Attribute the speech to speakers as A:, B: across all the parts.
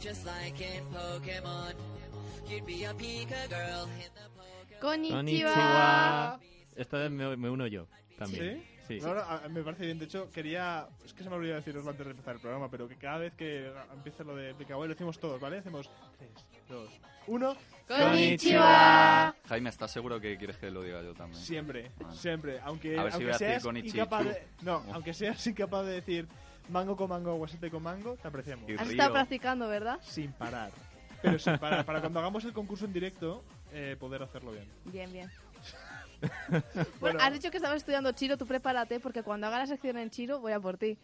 A: just like in Pokemon. You'd be a Pika girl in the
B: Konnichiwa.
C: Konnichiwa. Esta vez me, me uno yo también.
B: ¿Sí?
C: Sí.
B: No, no, a- me parece bien. De hecho, quería. Es que se me olvidó deciroslo antes de empezar el programa, pero que cada vez que empieza lo de Picaway lo decimos todos, ¿vale? Hacemos 3, 2, 1.
C: Konnichiwa.
D: Jaime, ¿estás seguro que quieres que lo diga yo también?
B: Siempre,
D: Vale.
B: siempre. Aunque,
D: A ver
B: aunque
D: si voy a decir
B: seas
D: Konichi,
B: incapaz
D: tú.
B: de, No,
D: Oh.
B: aunque seas incapaz de decir mango con mango, guasete con mango, te apreciamos.
D: Y-
C: Has
D: Río.
C: estado practicando, ¿verdad?
B: Sin parar. Pero sin parar. Para cuando hagamos el concurso en directo, eh, poder hacerlo bien.
C: Bien, bien.
B: Bueno.
C: Bueno, has dicho que estabas estudiando Chiro, tú prepárate porque cuando haga la sección en Chiro voy a por ti.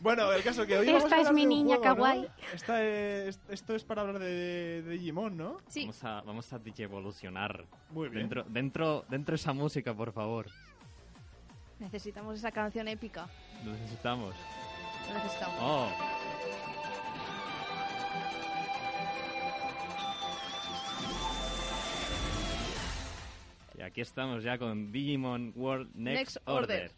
B: Bueno, el caso que hoy
E: Esta
B: vamos a
E: es
B: hablar
E: mi
B: de un
E: niña
B: juego, ¿no?
E: kawaii.
B: Esta es- esto es para hablar de, de Digimon, ¿no?
C: Sí.
E: Sí.
C: Vamos.
E: Vamos
C: a-
E: a, vamos a DJ evolucionar.
B: Muy bien.
E: Dentro, dentro, dentro esa música, por favor.
C: Necesitamos esa canción épica.
E: Lo necesitamos.
C: Lo necesitamos.
E: Oh. Y aquí estamos ya con Digimon World Next,
C: Next Order.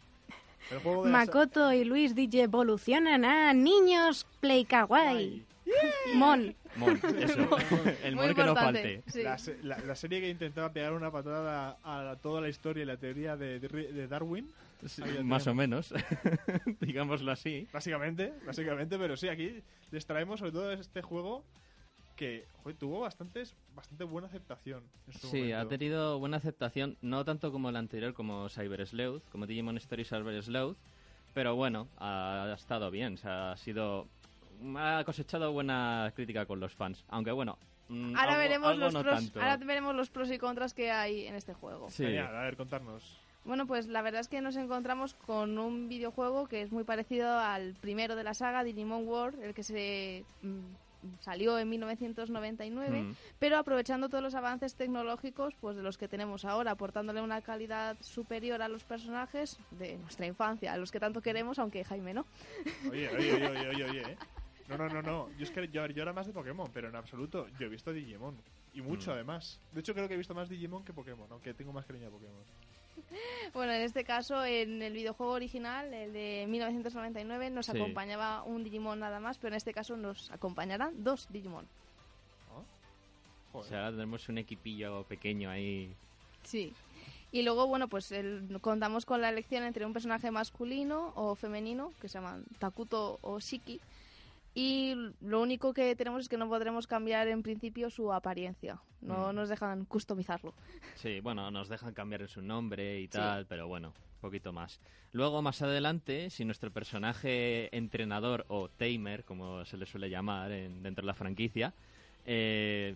B: El juego de la sa-
E: Makoto y Luis DJ evolucionan a niños Play Kawaii. Mon. Mon, eso. El
C: Muy
E: mon que no
C: importante,
E: falte.
C: sí.
B: la, se- la- la serie que intentaba pegar una patada a, la- toda la historia y la teoría de, de Ri- de Darwin,
E: Sí,
B: Ahí lo
E: más o menos. Digámoslo así.
B: básicamente, básicamente, pero sí, aquí les traemos sobre todo este juego que joder, tuvo bastantes, bastante buena aceptación. en su
E: Sí,
B: momento.
E: ha tenido buena aceptación, no tanto como el anterior, como Cyber Sleuth, como Digimon Story Cyber Sleuth, pero bueno, ha, ha estado bien, o sea, ha sido... Ha cosechado buena crítica con los fans, aunque bueno... mm,
C: Ahora,
E: algo-
C: veremos
E: algo
C: los
E: no
C: pros,
E: tanto.
C: ahora veremos los pros y contras que hay en este juego.
E: Sí.
B: Genial, a ver, contarnos.
C: Bueno, pues la verdad es que nos encontramos con un videojuego que es muy parecido al primero de la saga, Digimon World, el que se mm, salió en 1999,
E: Mm.
C: pero aprovechando todos los avances tecnológicos pues de los que tenemos ahora, aportándole una calidad superior a los personajes de nuestra infancia, a los que tanto queremos, aunque Jaime no.
B: Oye, oye, oye, oye, oye, oye, ¿eh? No, no, no, no. Yo, es que, yo, yo era más de Pokémon, pero en absoluto. Yo he visto Digimon. Y mucho,
E: Mm.
B: además. De hecho, creo que he visto más Digimon que Pokémon, aunque tengo más cariño a Pokémon.
C: Bueno, en este caso, en el videojuego original, el de 1999, nos
E: Sí.
C: acompañaba un Digimon nada más, pero en este caso nos acompañarán dos Digimon.
E: O
B: ¿Ah? Joder.
E: sea, ahora tenemos un equipillo pequeño ahí.
C: Sí. Y luego, bueno, pues el- contamos con la elección entre un personaje masculino o femenino, que se llaman Takuto o Shiki. Y lo único que tenemos es que no podremos cambiar en principio su apariencia. No
E: Mm.
C: nos dejan customizarlo.
E: Sí, bueno, nos dejan cambiar su nombre y
C: Sí.
E: tal, pero bueno, un poquito más. Luego, más adelante, si nuestro personaje entrenador o tamer, como se le suele llamar en- dentro de la franquicia, eh,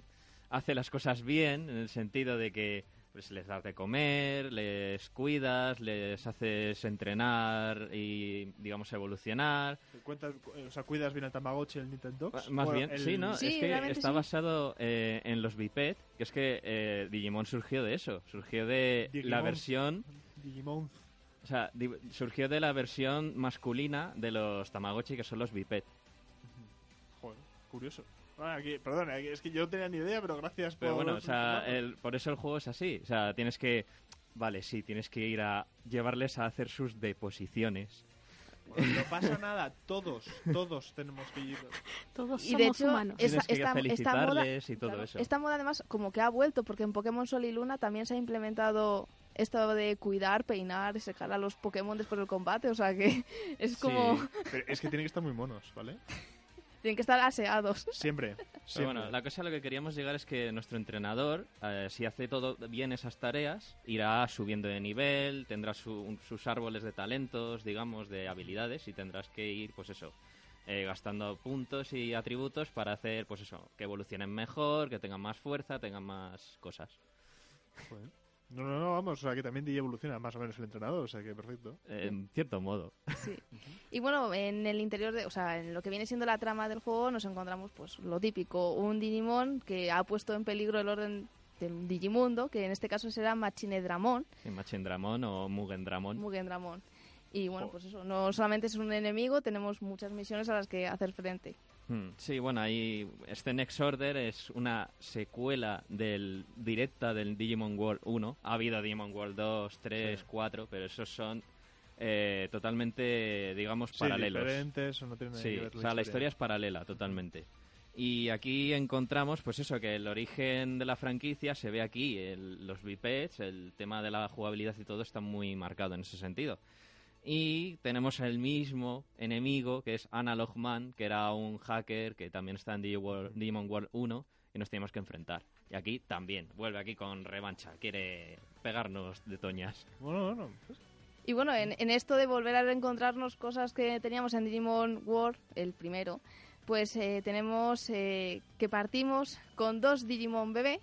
E: hace las cosas bien, en el sentido de que pues, les das de comer, les cuidas, les haces entrenar y, digamos, evolucionar.
B: Cuentas, eh, o sea, cuidas bien el Tamagotchi, Pues, el Nintendo.
E: Ah, Más bien, sí, ¿no?
C: Sí,
E: es que
C: realmente
E: está
C: sí.
E: basado eh, en los Biped, que es que eh, Digimon surgió de eso, surgió de la
B: Digimon.
E: versión...
B: Digimon.
E: O sea, di- surgió de la versión masculina de los Tamagotchi, que son los biped.
B: Joder, curioso. Ah, aquí, perdona, aquí- es que yo no tenía ni idea, pero gracias
E: Pero
B: por.
E: bueno, o sea,
B: por-
E: el- por eso el juego es así. O sea, tienes que... Vale, sí, tienes que ir a llevarles a hacer sus deposiciones.
B: Bueno, no pasa nada, todos, todos tenemos que ir.
E: Todos
C: y de hecho,
E: Tienes
C: esa-
E: que ir a
C: moda-
E: felicitarles y todo
C: Claro.
E: eso.
C: Esta moda además como que ha vuelto porque en Pokémon Sol y Luna también se ha implementado esto de cuidar, peinar y secar a los Pokémon después del combate, o sea que es como
E: Sí.
B: Pero es que tienen que estar muy monos, ¿vale?
C: tienen que estar aseados.
B: Siempre.
E: Pero
B: siempre.
E: bueno, la cosa a lo que queríamos llegar es que nuestro entrenador, eh, si hace todo bien esas tareas, irá subiendo de nivel, tendrá su- un- sus árboles de talentos, digamos, de habilidades y tendrás que ir, pues eso, eh, gastando puntos y atributos para hacer, pues eso, que evolucionen mejor, que tengan más fuerza, tengan más cosas.
B: Joder. No, no, no, vamos, o sea, que también DJ evoluciona más o menos el entrenador, o sea, que perfecto.
E: Eh, En cierto modo.
C: Sí. Y bueno, en el interior, de, o sea, en lo que viene siendo la trama del juego, nos encontramos pues lo típico, un Digimon que ha puesto en peligro el orden del Digimundo, que en este caso será Machinedramon,
E: En Machindramon o Mugendramon.
C: Mugendramon. Y bueno, pues eso, no solamente es un enemigo, tenemos muchas misiones a las que hacer frente.
E: Mm, Sí, bueno, ahí este Next Order es una secuela del directa del Digimon World 1. Ha habido Digimon World 2, 3,
B: Sí.
E: 4, pero esos son eh, totalmente, digamos, paralelos.
B: Sí, diferentes, o no tiene nada
E: Sí,
B: que ver
E: o sea, la historia es paralela totalmente. Y aquí encontramos, pues eso, que el origen de la franquicia se ve aquí, el- los bipeds, el tema de la jugabilidad y todo está muy marcado en ese sentido. Y tenemos el mismo enemigo, que es Analog Man, que era un hacker que también está en Digimon World- Digimon World 1 y nos teníamos que enfrentar. Y aquí también, vuelve aquí con revancha, quiere pegarnos de toñas.
B: Bueno, pues, bueno.
C: Y bueno, en, en esto de volver a reencontrarnos cosas que teníamos en Digimon World, el primero, pues eh, tenemos eh, que partimos con dos Digimon bebé,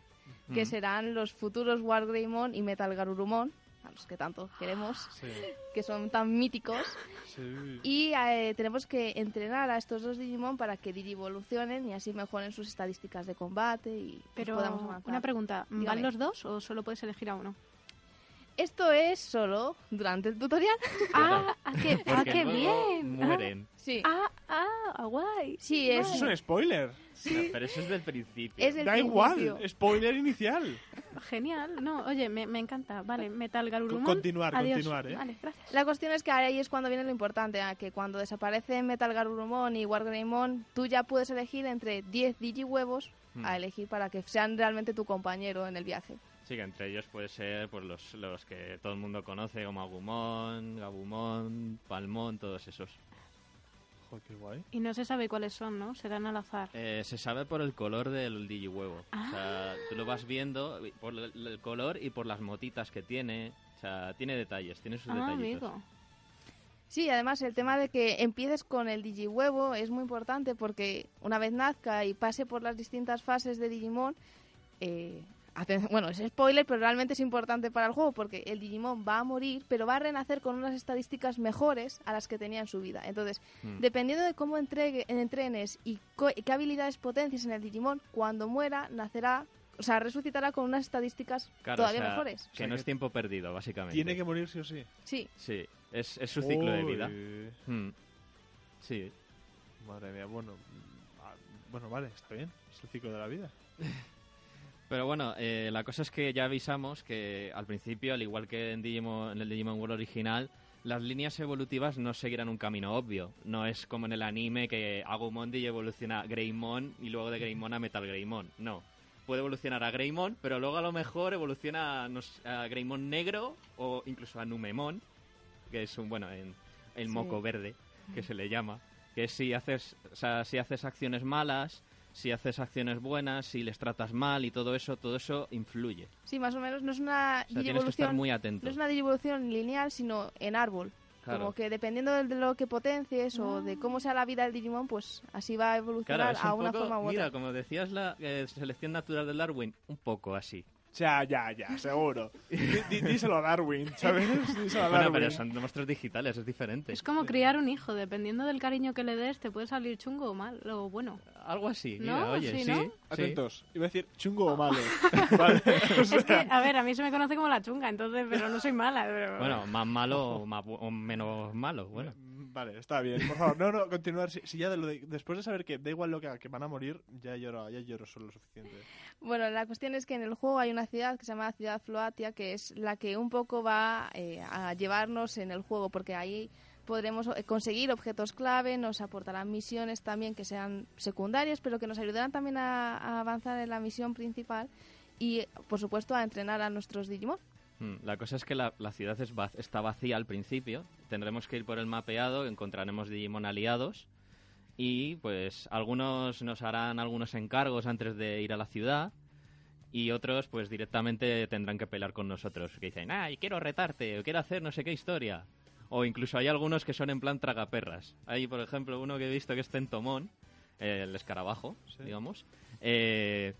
C: que
E: Mm.
C: serán los futuros Wargreymon y Metal Garurumon, a los que tanto queremos,
B: Sí,
C: que son tan míticos.
B: sí.
C: Y eh, tenemos que entrenar a estos dos Digimon para que digivolucionen y así mejoren sus estadísticas de combate y pues,
F: Pero
C: podamos avanzar.
F: una pregunta, ¿van
C: Dígame.
F: los dos o solo puedes elegir a uno?
C: Esto es solo durante el tutorial.
F: ¡Ah! ah, qué, ah,
E: Porque
F: qué
E: luego
F: bien! Ah,
E: Mueren.
C: Sí.
F: ¡Ah! ¡Ah! ah, guay!
C: Sí, es-
B: Pues Eso es un spoiler.
E: No, pero eso es del principio.
C: Es el
B: Da
C: principio.
B: igual, spoiler inicial.
F: Genial. No, oye, me, me encanta. Vale, Metal Garurumon.
B: Co- continuar,
F: Adiós.
B: continuar, ¿eh?
F: Vale, gracias.
C: La cuestión es que ahí es cuando viene lo importante, a que cuando desaparecen Metal Garurumon y Wargreymon, tú ya puedes elegir entre 10 digihuevos
E: Hmm.
C: a elegir para que sean realmente tu compañero en el viaje.
E: Sí, que entre ellos puede ser pues, los, los que todo el mundo conoce, como Agumon, Gabumon, Palmón, todos esos.
B: Joder, qué guay.
F: Y no se sabe cuáles son, ¿no? Serán al azar.
E: Eh, se sabe por el color del digihuevo. O sea,
C: Ah.
E: tú lo vas viendo por el, el color y por las motitas que tiene. O sea, tiene detalles, tiene sus
F: Ah,
E: detallitos.
F: amigo.
C: Sí, además el tema de que empieces con el digihuevo es muy importante porque una vez nazca y pase por las distintas fases de Digimon, eh, aten- bueno, es spoiler, pero realmente es importante para el juego porque el Digimon va a morir, pero va a renacer con unas estadísticas mejores a las que tenía en su vida. Entonces,
E: Mm.
C: dependiendo de cómo entregue- entrenes y co- y qué habilidades potencias en el Digimon, cuando muera, nacerá, o sea, resucitará con unas estadísticas
E: Claro,
C: todavía
E: o sea,
C: mejores.
E: Que no es tiempo perdido, básicamente.
B: Tiene que morir sí o sí.
C: Sí.
E: Sí, es, es su ciclo de vida.
B: Uy,
E: Mm. Sí,
B: Madre mía, bueno. mm, ah, Bueno, vale, está bien. Es el ciclo de la vida.
E: Pero bueno, eh, la cosa es que ya avisamos que al principio, al igual que en, Digimon- en el Digimon World original, las líneas evolutivas no seguirán un camino obvio. No es como en el anime que Agumondi evoluciona a Greymon y luego de Greymon a Metal Greymon. No. Puede evolucionar a Greymon, pero luego a lo mejor evoluciona a, no sé, a Greymon negro o incluso a Numemon, que es un, bueno, en- el
C: Sí.
E: moco verde, que se le llama. Que si haces, o sea, si haces acciones malas, si haces acciones buenas, si les tratas mal y todo eso, todo eso influye.
C: Sí, más o menos no es una
E: O sea, tienes que estar
C: digievolución
E: muy atento.
C: No es una distribución lineal, sino en árbol.
E: Claro.
C: Como que dependiendo de lo que potencies o de cómo sea la vida del Digimon, pues así va a
E: Claro,
C: evolucionar
E: es un
C: a una
E: poco-
C: forma u
E: Mira,
C: otra.
E: como decías, la eh, selección natural de Darwin, un poco así.
B: Ya, ya, ya, seguro. Dí- dí- díselo a Darwin, ¿sabes? Díselo a
E: Bueno,
B: Darwin.
E: pero son monstruos digitales, es diferente.
F: Es como criar un hijo. Dependiendo del cariño que le des, te puede salir chungo o mal o bueno.
E: Algo así,
F: ¿No?
E: mira, oye,
F: ¿Sí,
E: sí.
F: no?
E: sí.
B: Atentos. Iba a decir chungo o malo. vale. o
F: Es que,
B: sea,
F: a ver, a mí se me conoce como la chunga, entonces, pero no soy mala. pero-
E: Bueno, más malo o, más bu- o menos malo, bueno.
B: mm, Vale, está bien. Por favor, no, no, continuar. Si, si ya de lo de- después de saber que da igual lo que, haga, que van a morir, ya lloro, ya lloro solo lo suficiente.
C: Bueno, la cuestión es que en el juego hay una ciudad que se llama Ciudad Floatia, que es la que un poco va eh, a llevarnos en el juego, porque ahí podremos eh, conseguir objetos clave, nos aportarán misiones también que sean secundarias, pero que nos ayudarán también a, a avanzar en la misión principal y, por supuesto, a entrenar a nuestros Digimon.
E: Mm, La cosa es que la, la ciudad es vac- está vacía al principio. Tendremos que ir por el mapeado, encontraremos Digimon aliados. Y pues algunos nos harán algunos encargos antes de ir a la ciudad. Y otros pues directamente tendrán que pelear con nosotros. Que dicen, ay, quiero retarte, o quiero hacer no sé qué historia. O incluso hay algunos que son en plan tragaperras. Hay, por ejemplo, uno que he visto que es Tentomón, eh, el escarabajo,
B: Sí.
E: digamos. Eh,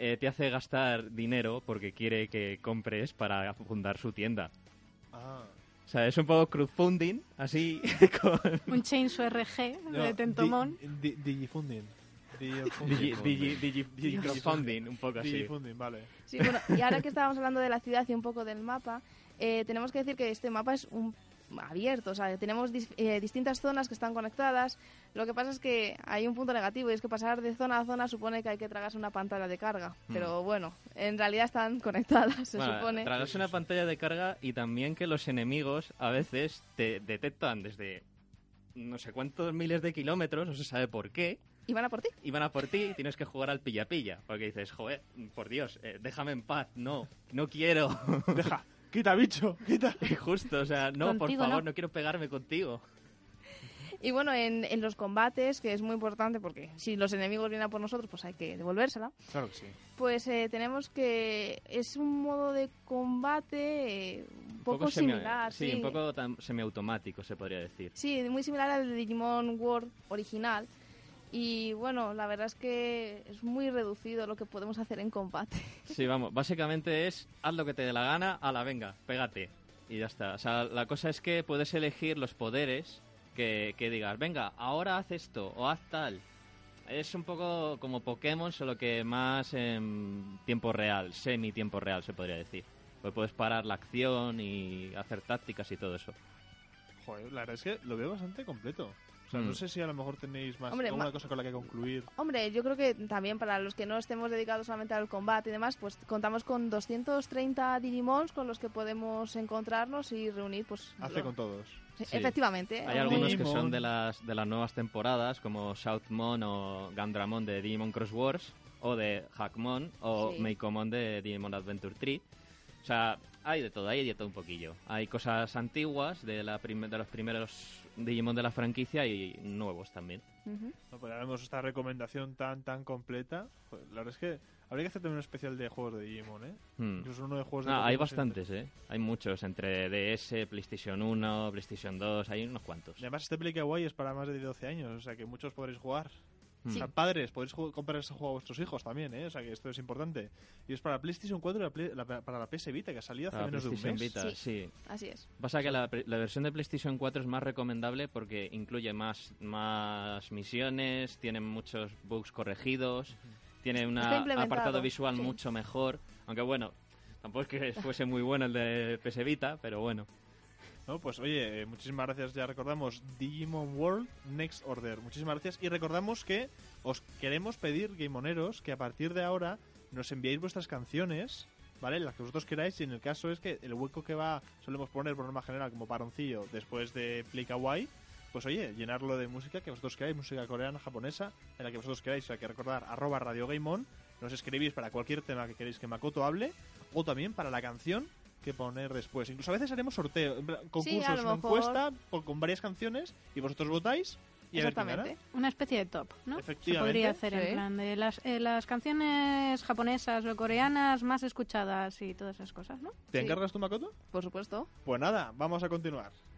E: eh, te hace gastar dinero porque quiere que compres para fundar su tienda.
B: Ah.
E: O sea, es un poco crowdfunding, así con
F: Un Chainsaw RG de Tentomón.
B: Di- di- digifunding. Digifunding.
E: digi- digi- digi- digi- crowdfunding, un poco así.
B: Digifunding, vale.
C: Sí, bueno, y ahora que estábamos hablando de la ciudad y un poco del mapa, eh, tenemos que decir que este mapa es un abierto, o sea, tenemos dis- eh, distintas zonas que están conectadas. Lo que pasa es que hay un punto negativo y es que pasar de zona a zona supone que hay que tragarse una pantalla de carga,
E: Mm.
C: pero bueno, en realidad están conectadas, se
E: Bueno,
C: supone.
E: tragarse una pantalla de carga y también que los enemigos a veces te detectan desde no sé cuántos miles de kilómetros, no se sabe por qué,
C: Y van a por ti.
E: y van a por ti y tienes que jugar al pilla-pilla. Porque dices, joder, por Dios, eh, déjame en paz, no, no quiero.
B: Deja, quita bicho, quita.
E: Y Justo, o sea, no, por
F: Contigo,
E: favor,
F: no.
E: no quiero pegarme contigo.
C: Y bueno, en, en los combates, que es muy importante porque si los enemigos vienen a por nosotros, pues hay que devolvérsela.
B: Claro que sí.
C: Pues eh, tenemos que... Es un modo de combate eh, un poco,
E: semi-
C: similar,
E: sí, un poco tam- semiautomático, se podría decir.
C: Sí, muy similar al Digimon World original. Y bueno, la verdad es que es muy reducido lo que podemos hacer en combate.
E: Sí, vamos, básicamente es haz lo que te dé la gana, a la venga, pégate. Y ya está. O sea, la cosa es que puedes elegir los poderes que, que digas, venga, ahora haz esto o haz tal. Es un poco como Pokémon, solo que más en tiempo real, semi-tiempo real se podría decir. Pues puedes parar la acción y hacer tácticas y todo eso.
B: Joder, la verdad es que lo veo bastante completo. O sea,
E: Mm.
B: no sé si a lo mejor tenéis más
C: Hombre,
B: alguna
C: ma-
B: cosa con la que concluir.
C: Hombre, yo creo que también para los que no estemos dedicados solamente al combate y demás, pues contamos con 230 Digimons con los que podemos encontrarnos y reunir, pues...
B: Hace
C: lo-
B: con todos.
C: Sí,
E: Sí.
C: Efectivamente.
E: Hay
C: eh,
E: algunos
C: muy-
E: que
B: Digimon.
E: son de las, de las nuevas temporadas, como Southmon o Gandramon de Digimon Cross Wars, o de Hackmon o
C: Sí.
E: Meikomon de Digimon Adventure 3. O sea, hay de todo, hay de todo un poquillo. Hay cosas antiguas de, la prim- de los primeros Digimon de la franquicia y nuevos también.
C: Ujú.
B: No, pues ya vemos esta recomendación tan, tan completa. Joder, la verdad es que habría que hacer también un especial de juegos de Digimon, ¿eh?
E: Hmm.
B: Incluso uno de juegos de
E: Ah, hay
B: Pokémon siempre.
E: bastantes, ¿eh? Hay muchos, entre DS, PlayStation 1, PlayStation 2, hay unos cuantos.
B: Y además, este Play Kawaii es para más de 12 años, o sea que muchos podréis jugar.
E: Hmm.
B: O sea, padres, podéis ju- comprar ese juego a vuestros hijos también, ¿eh? O sea que esto es importante. Y es para PlayStation 4 y la Play- la- para la PS Vita, que ha salido hace
E: Para
B: menos de un
E: Ah, PlayStation
B: mes.
E: Vita,
C: Sí.
E: sí.
C: Así es.
E: Pasa que la, pre- la versión de PlayStation 4 es más recomendable porque incluye más, más misiones, tiene muchos bugs corregidos, tiene un
C: Está implementado,
E: apartado visual
C: sí.
E: mucho mejor. Aunque bueno, tampoco es que fuese muy bueno el de PS Vita, pero bueno.
B: No, pues oye, eh, muchísimas gracias. Ya recordamos Digimon World Next Order. Muchísimas gracias. Y recordamos que os queremos pedir, gamoneros, que a partir de ahora nos enviéis vuestras canciones, ¿vale? Las que vosotros queráis. Y en el caso es que el hueco que va, solemos poner por norma general como paroncillo después de Play Kawaii, pues oye, llenarlo de música que vosotros queráis, música coreana, japonesa, en la que vosotros queráis. O sea, que recordar, arroba Radio Game On, nos escribís para cualquier tema que queréis que Makoto hable, o también para la canción que poner después. Incluso a veces haremos sorteo, en plan, concursos,
C: a lo
B: una
C: mejor.
B: encuesta por- con varias canciones y vosotros votáis y a ver quién gana.
C: Exactamente.
F: Una especie de top, ¿no? Se
B: Efectivamente.
F: podría hacer
C: Sí.
F: en plan de las, eh, las canciones japonesas o coreanas más escuchadas y todas esas cosas, ¿no?
B: ¿Te
C: Sí.
B: encargas tú, Makoto?
C: Por supuesto.
B: Pues nada, vamos a continuar.